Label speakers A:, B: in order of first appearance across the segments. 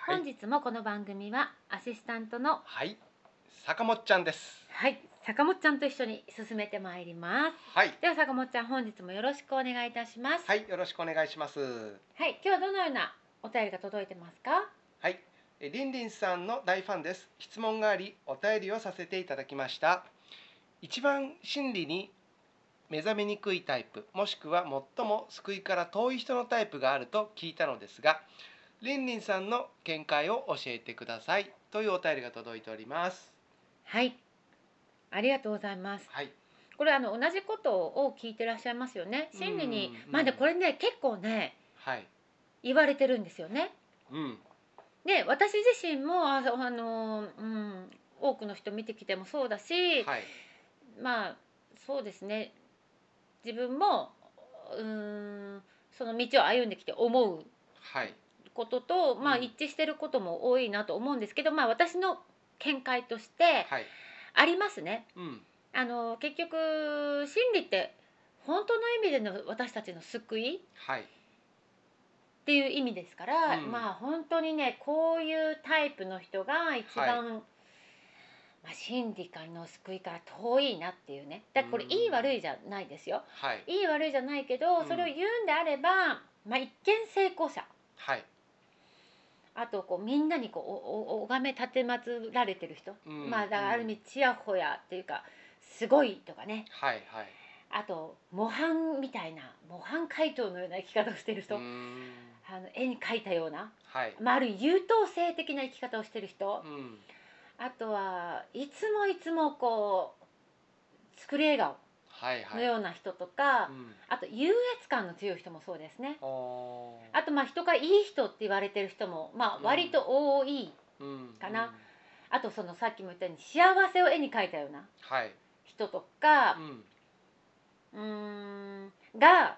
A: はい
B: 本日もこの番組はアシスタントの
A: はい、坂本ちゃんです。
B: はい、坂本ちゃんと一緒に進めてまいります。
A: はい、
B: では坂本ちゃん、本日もよろしくお願いいたします。
A: はい、よろしくお願いします。
B: はい、今日はどのようなお便りが届いてますか？
A: はい、えりんりんさんの大ファンです。質問があり、お便りをさせていただきました。一番心理に目覚めにくいタイプ、もしくは最も救いから遠い人のタイプがあると聞いたのですが、りんりんさんの見解を教えてくださいというお便りが届いております。
B: はい、ありがとうございます。
A: はい、
B: これあの同じことを聞いてらっしゃいますよね心理に
A: うん
B: まあでこれね結構ね
A: はい、
B: 言われてるんですよね
A: うん、
B: で私自身もああのうん多くの人見てきてもそうだし、
A: はい、
B: まあそうですね自分もうーんその道を歩んできて思う
A: はい、
B: ことと、まあ
A: うん
B: 一致してることも多いなと思うんですけどまあ私の見解として
A: はい、
B: ありますね
A: うん、
B: あの結局心理って本当の意味での私たちの救い
A: はい、
B: っていう意味ですから、
A: うん
B: まあ本当にねこういうタイプの人が一番、まあ、心理からの救いから遠いなっていうねだからこれ
A: うん
B: いい悪いじゃないですよ
A: はい、
B: いい悪いじゃないけど
A: うん
B: それを言うんであれば、まあ、一見成功者
A: はい、
B: あとこうみんなにこうおお拝め立てまつられてる人、
A: うん
B: まあだからある意
A: う
B: 味
A: ん
B: ちやほやっていうかすごいとかね
A: はい、はい。
B: あと模範みたいな模範解答のような生き方をしてる人、
A: うーん
B: あの絵に描いたような
A: はい。
B: まあ、ある優等生的な生き方をしてる人、
A: うん。
B: あとはいつもいつもこう作り笑顔
A: はいは
B: の
A: い。
B: ような人とか、
A: うん。
B: あと優越感の強い人もそうですね
A: おー
B: あとまあ人がいい人って言われてる人もま
A: う
B: あ
A: ん
B: 割と多い、
A: うん
B: かな
A: うん
B: あとそのさっきも言ったように幸せを絵に描いたような
A: はい。
B: 人とか
A: う、ん。
B: うーんが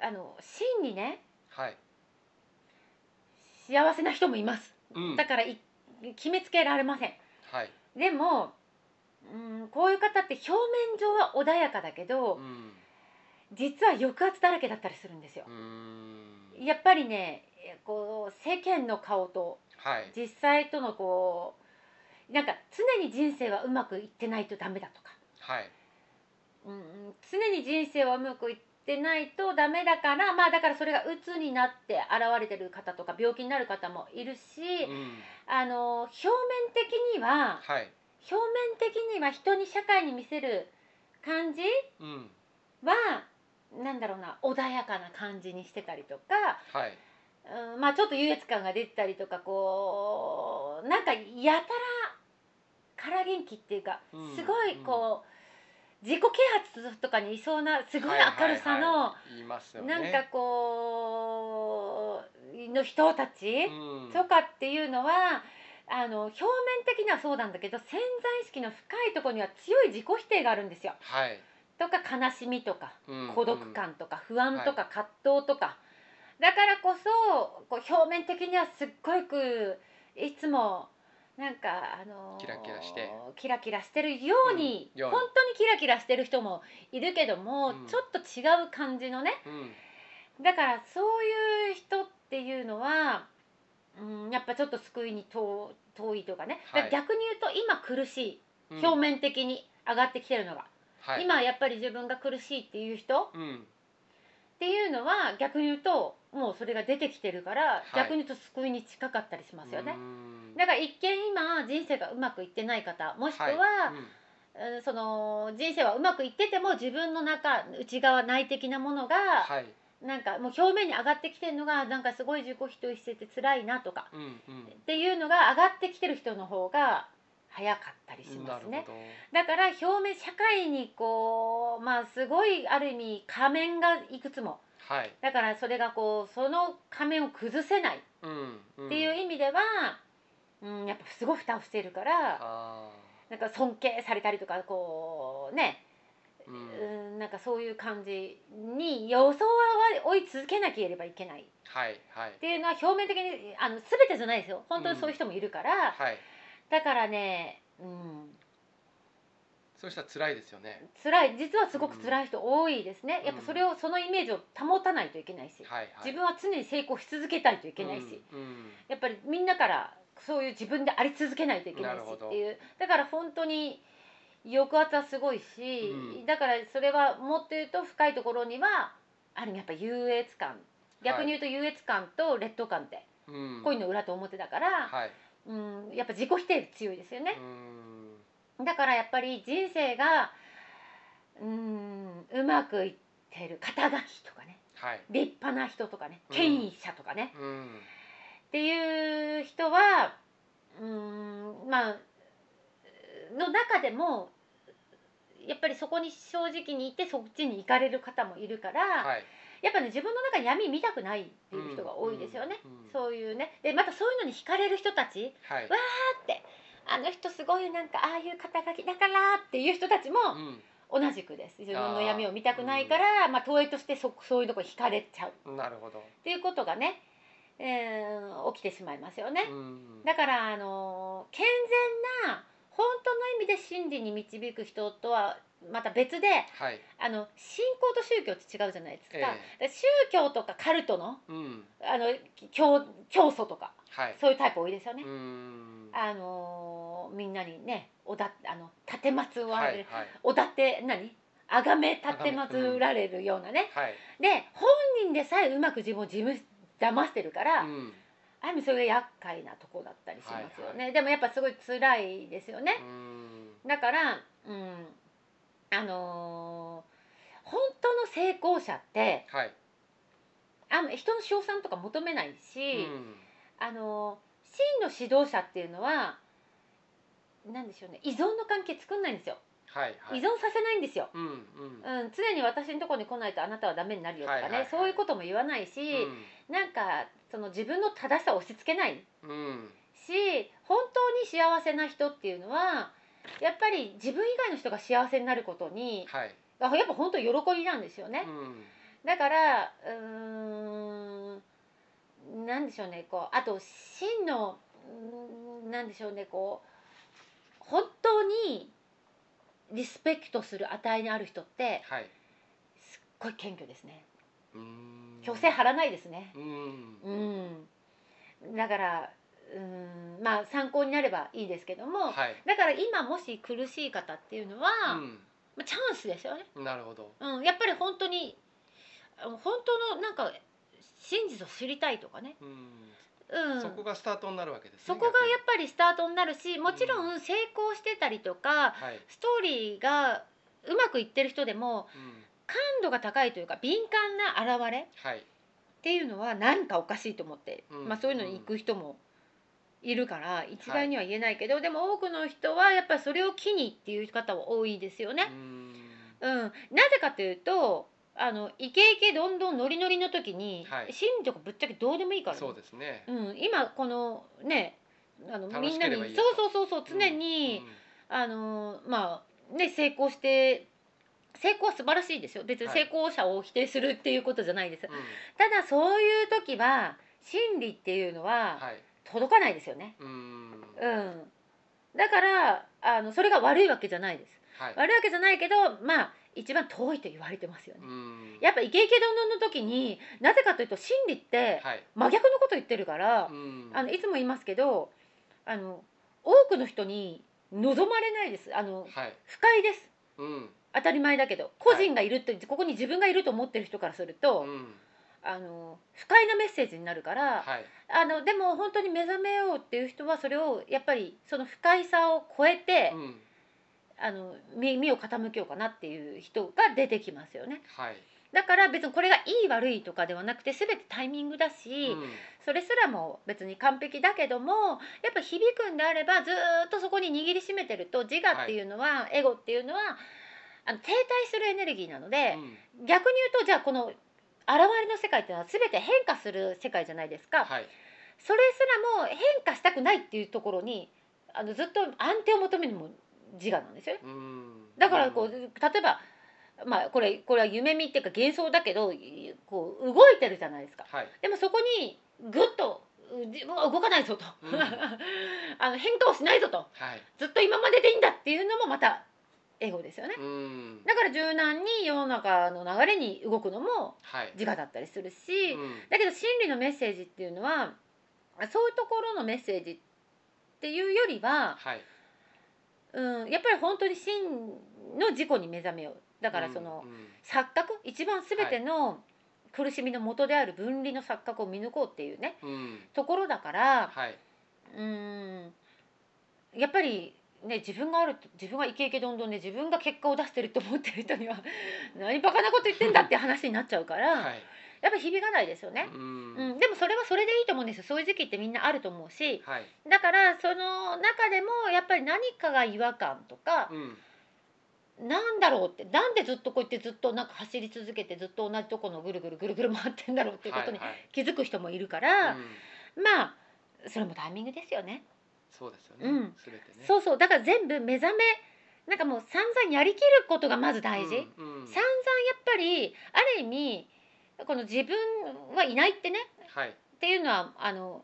B: あの真にね
A: はい。
B: 幸せな人もいます、
A: うん
B: だからい決めつけられません
A: はい。
B: でもうんこういう方って表面上は穏やかだけど
A: うん。
B: 実は抑圧だらけだったりするんですよ
A: うー。ん。
B: やっぱりねこう世間の顔と
A: はい。
B: 実際とのこうなんか常に人生はうまくいってないとダメだとか、
A: はい。
B: うんうん、常に人生はうまくいってないとダメだからまあだからそれが鬱になって現れてる方とか病気になる方もいるし、
A: うん。
B: あの表面的には
A: はい。
B: 表面的には人に社会に見せる感じ
A: うん。
B: はなんだろうな穏やかな感じにしてたりとか、
A: はい。
B: うん、まあちょっと優越感が出てたりとかこうなんかやたら空元気っていうか
A: うん
B: すごいこう、自己啓発とかにいそうなすごい
A: は
B: 明るさの、
A: はいはいいますよね。
B: なんかこうの人たち、
A: うん。
B: とかっていうのはあの表面的にはそうなんだけど潜在意識の深いところには強い自己否定があるんですよ。
A: はい。
B: とか悲しみとか
A: うん
B: 孤独。感とか不安とか葛藤とか、だからこそこう表面的にはすっごくいつもなんかあのー
A: キラキラして
B: キラキラしてるように,、
A: うんように
B: 本当にキラキラしてる人もいるけども、
A: うん
B: ちょっと違う感じのね
A: うん
B: だからそういう人っていうのは、うん、やっぱちょっと救いに遠遠いというかね、
A: はい
B: だから逆に言うと今苦し
A: う
B: い
A: ん
B: 表面的に上がってきてるのが、
A: はい、
B: 今やっぱり自分が苦しいっていう人っ
A: うん
B: ていうのは逆に言うともうそれが出てきてるから、
A: い
B: 逆に言うと救いに近かったりしますよね。
A: うん
B: だから一見今人生がうまくいってない方もしくは、
A: いうん
B: うんその人生はうまくいってても自分の中内側内的なものが
A: はい
B: なんかもう表面に上がってきてるのがなんかすごい自己否定してて辛いなとか
A: うんうん
B: っていうのが上がってきてる人の方が早かったりします
A: な
B: ね
A: るほど
B: だから表面社会にこうまあすごいある意味仮面がいくつも
A: はい
B: だからそれがこうその仮面を崩せない
A: うんうん
B: っていう意味では、うんやっぱすごい蓋をしているから
A: あ
B: なんか尊敬されたりとかこうね
A: ーうん
B: うん、なんかそういう感じに予想は追い続けなければいけないっ
A: はいはい
B: ていうのは表面的にあの全てじゃないですよ本当にそういう人もいるから、
A: はい
B: だからね、うん、
A: そうしたら辛いですよね
B: 辛い実はすごく辛い人多いですね、やっぱそれをそのイメージを保たないといけないし、
A: はいはい
B: 自分は常に成功し続けたいといけないし、
A: うんうん
B: やっぱりみんなからそういう自分であり続けないといけないし
A: なるほど
B: っていうだから本当に抑圧はすごいし、
A: うん
B: だからそれはもっと言うと深いところにはある意味やっぱ優越感逆に言うと優越感と劣等感って、
A: うん
B: 恋の裏と表だから、
A: はい
B: うん、やっぱ自己否定強いですよね
A: う、ん
B: だからやっぱり人生がうんうまくいってる肩書きとかね
A: はい
B: 立派な人とかね
A: うん
B: 権威者とかね、
A: うん
B: っていう人はうーんまあの中でもやっぱりそこに正直にいてそっちに行かれる方もいるから、
A: はい
B: やっぱね自分の中に闇見たくないっていう人が多いですよね。
A: うんうん
B: そういうねでまたそういうのに惹かれる人たち
A: はい
B: わあの人すごいなんかああいう肩書きだからっていう人たちも同じくです自分の闇を見たくないからまあ投影としてそそういうとこに惹かれちゃうっ
A: うんなるほど
B: ていうことがね、えー起きてしまいますよね。
A: うん
B: だからあの健全な本当の意味で真理に導く人とはまた別で
A: はい
B: あの信仰と宗教って違うじゃないですか,、
A: ええ
B: 宗教とかカルトの
A: うん
B: あの教教祖とか
A: はい
B: そういうタイプ多いですよね、
A: うん
B: あのみんなにねおだあの立てまつわ
A: は
B: れ
A: い
B: る、
A: はい
B: おだて何あがめ立てまつられるようなね、
A: はい
B: で本人でさえうまく自分を自分騙してるから、
A: うん
B: ある意味それが厄介なとこだったりしますよね、
A: は
B: でもやっぱすごい辛いですよね、
A: うん
B: だからうんあのー本当の成功者って
A: はい
B: あの人の称賛とか求めないし、
A: うん
B: あのー真の指導者っていうのはなんでしょうね依存の関係作んないんですよ、
A: はいはい
B: 依存させないんですよ、
A: うんうん
B: うん、常に私のところに来ないとあなたはダメになるよとかね、
A: はいはいはい
B: そういうことも言わないし、なんかその自分の正しさを押し付けない
A: うんうん
B: し本当に幸せな人っていうのはやっぱり自分以外の人が幸せになることに
A: はい
B: あやっぱ本当喜びなんですよね
A: う、ん
B: だからうーんなんでしょうねこうあと真のうーんなんでしょうねこう本当にリスペクトする値にある人って
A: はい
B: すっごい謙虚ですね
A: うん
B: 虚勢張らないですね
A: うん
B: うんだからうーんまあ参考になればいいですけども、
A: はい
B: だから今もし苦しい方っていうのは、
A: う
B: まあ、チャンスですよね、
A: んなるほど
B: うん、やっぱり本当にあの本当のなんか真実を知りたいとかね、
A: うん
B: うん、
A: そこがスタートになるわけですね
B: そこがやっぱりスタートになるしもちろん成功してたりとか、
A: ぱはい
B: ストーリーがうまくいってる人でも
A: うん
B: 感度が高いというか敏感な現れっ
A: はい
B: ていうのは何かおかしいと思って、
A: うん
B: まあ、そういうのに行く人もいるから一概には言えないけど、でも多くの人はやっぱりそれを機にっていう方は多いですよね。
A: うん
B: うん、なぜかというとあのイケイケどんどんノリノリの時に、
A: はい
B: 心理とかぶっちゃけどうでもいいからね、
A: そうですね
B: うん、今このねあの
A: 楽
B: みん
A: し
B: な
A: けれ
B: に
A: ばいいや
B: そ
A: と
B: うそうそうそう常に、あのまあね成功して成功は素晴らしいですよ別に
A: はい
B: 成功者を否定するっていうことじゃないです、
A: うんうん
B: ただそういう時は心理っていうのは
A: はい
B: 届かないですよね、
A: うん
B: うんだからあのそれが悪いわけじゃないです
A: はい。
B: 悪いわけじゃないけどまあ一番遠いと言われてますよね
A: うん。
B: やっぱイケイケどんどんの時になぜかというと心理って
A: はい。
B: 真逆のこと言ってるから、
A: うん
B: あのいつも言いますけどあの多くの人に望まれないですあの
A: はい。
B: 不快です
A: うん。
B: 当たり前だけど個人がいるって、ここに自分がいると思ってる人からする
A: う
B: と、
A: ん。
B: あの不快なメッセージになるから、
A: はい。
B: あのでも本当に目覚めようっていう人はそれをやっぱりその不快さを超えて、
A: うん。
B: あの耳を傾けようかなっていう人が出てきますよね
A: はい。
B: だから別にこれがいい悪いとかではなくて全てタイミングだし、
A: うん
B: それすらも別に完璧だけどもやっぱ響くんであればずーっとそこに握りしめてると自我っていうのは、エゴっていうのはあの停滞するエネルギーなので、
A: うん
B: 逆に言うとじゃあこの現れの世界っていうのは全て変化する世界じゃないですか、
A: はい。
B: それすらも変化したくないっていうところにあのずっと安定を求めるのも自我なんですよね。
A: うん。
B: だからこう、
A: ん
B: 例えばまあこれこれは夢見っていうか幻想だけどいこう動いてるじゃないですか。
A: はい。
B: でもそこにぐっとう自分は動かないぞと、
A: うん
B: あの変化をしないぞと
A: はい。
B: ずっと今まででいいんだっていうのもまたエゴですよね。
A: うん。
B: だから柔軟に世の中の流れに動くのも
A: はい。
B: 自我だったりするし、
A: うん
B: だけど心理のメッセージっていうのはそういうところのメッセージっていうよりは、
A: はい。
B: うん、やっぱり本当に真の自己に目覚めようだからその、
A: うんうん
B: 錯覚一番全ての苦しみの元である分離の錯覚を見抜こうっていうね
A: うん。
B: ところだから
A: はい。
B: うんやっぱり。ね、自分があると自分がイケイケどんどんで自分が結果を出してると思ってる人には 何バカなこと言ってんだって話になっちゃうから、
A: はい。
B: やっぱり響かないですよね。
A: うん
B: うん、でもそれはそれでいいと思うんですよそういう時期ってみんなあると思うし
A: はい。
B: だからその中でもやっぱり何かが違和感とか、
A: うん。
B: なんだろうってなんでずっとこうやってずっとなんか走り続けてずっと同じとこのぐるぐるぐるぐる回ってんだろうっていうことに
A: はいはい
B: 気づく人もいるから、
A: うん
B: まあそれもタイミングですよね
A: そうですよ
B: う
A: ね
B: ん。
A: すべてね。
B: そうそうだから全部目覚めなんかもう散々やりきることがまず大事、
A: うん。うん
B: 散々やっぱりある意味この自分はいないってね
A: はい。
B: っていうのはあの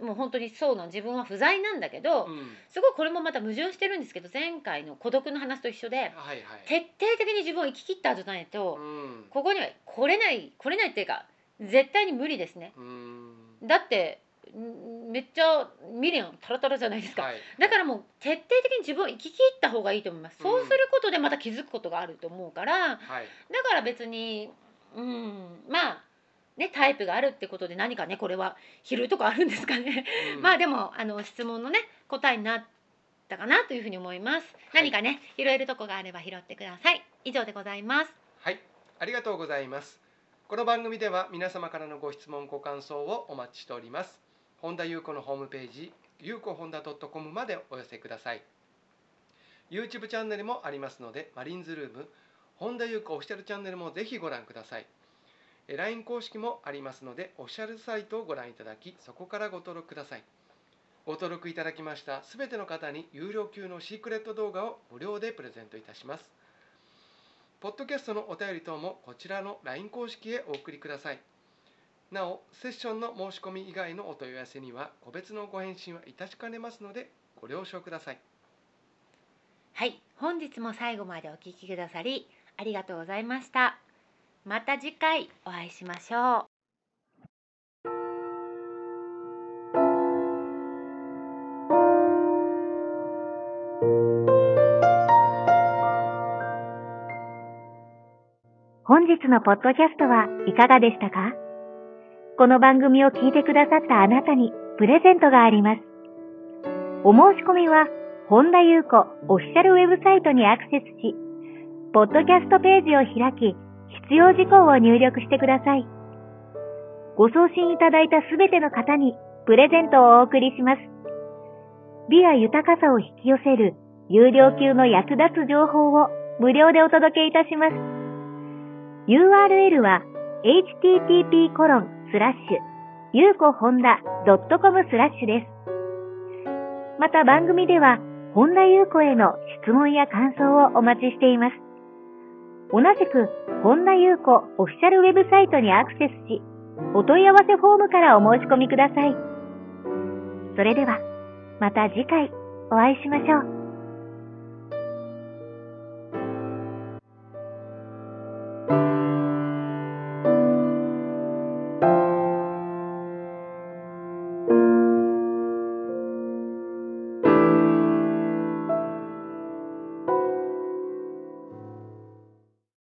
B: もう本当にそうなん自分は不在なんだけど、
A: うん。
B: すごいこれもまた矛盾してるんですけど前回の孤独の話と一緒で
A: はいはい。
B: 徹底的に自分を生き切ったはずないと、
A: うん。
B: ここには来れない来れないっていうか絶対に無理ですね
A: うん。
B: だってんめっちゃ未練タラタラじゃないですか、
A: はい。
B: だからもう徹底的に自分を生き切った方がいいと思います、そうすることでまた気づくことがあると思うから
A: はい。
B: だから別にうんまあねタイプがあるってことで何かねこれは昼とかあるんですかね
A: うん
B: まあでもあの質問のね答えになったかなというふうに思います。何かね拾えるとこがあれば拾ってください。以上でございます。
A: はい、ありがとうございます。この番組では皆様からのご質問、ご感想をお待ちしております。本田裕子のホームページ、ゆうこ本田 .com までお寄せください。YouTube チャンネルもありますので、マリンズルーム、本田裕子オフィシャルチャンネルもぜひご覧ください。え LINE 公式もありますので、オフィシャルサイトをご覧いただき、そこからご登録ください。ご登録いただきましたすべての方に有料級のシークレット動画を無料でプレゼントいたします。ポッドキャストのお便り等もこちらの LINE 公式へお送りください。なお、セッションの申し込み以外のお問い合わせには、個別のご返信はいたしかねますので、ご了承ください。
B: はい、本日も最後までお聞きくださりありがとうございました。また次回お会いしましょう。
C: 本日のポッドキャストはいかがでしたかこの番組を聞いてくださったあなたにプレゼントがあります。お申し込みは、本田裕子オフィシャルウェブサイトにアクセスし、ポッドキャストページを開き、必要事項を入力してください。ご送信いただいたすべての方にプレゼントをお送りします。美や豊かさを引き寄せる有料級の役立つ情報を無料でお届けいたします。URL は http コロンスラッシュゆうこほんだ .com スラッシュです。また番組では、本田ゆうこへの質問や感想をお待ちしています。同じく、本田ゆうこオフィシャルウェブサイトにアクセスし、お問い合わせフォームからお申し込みください。それでは、また次回お会いしましょう。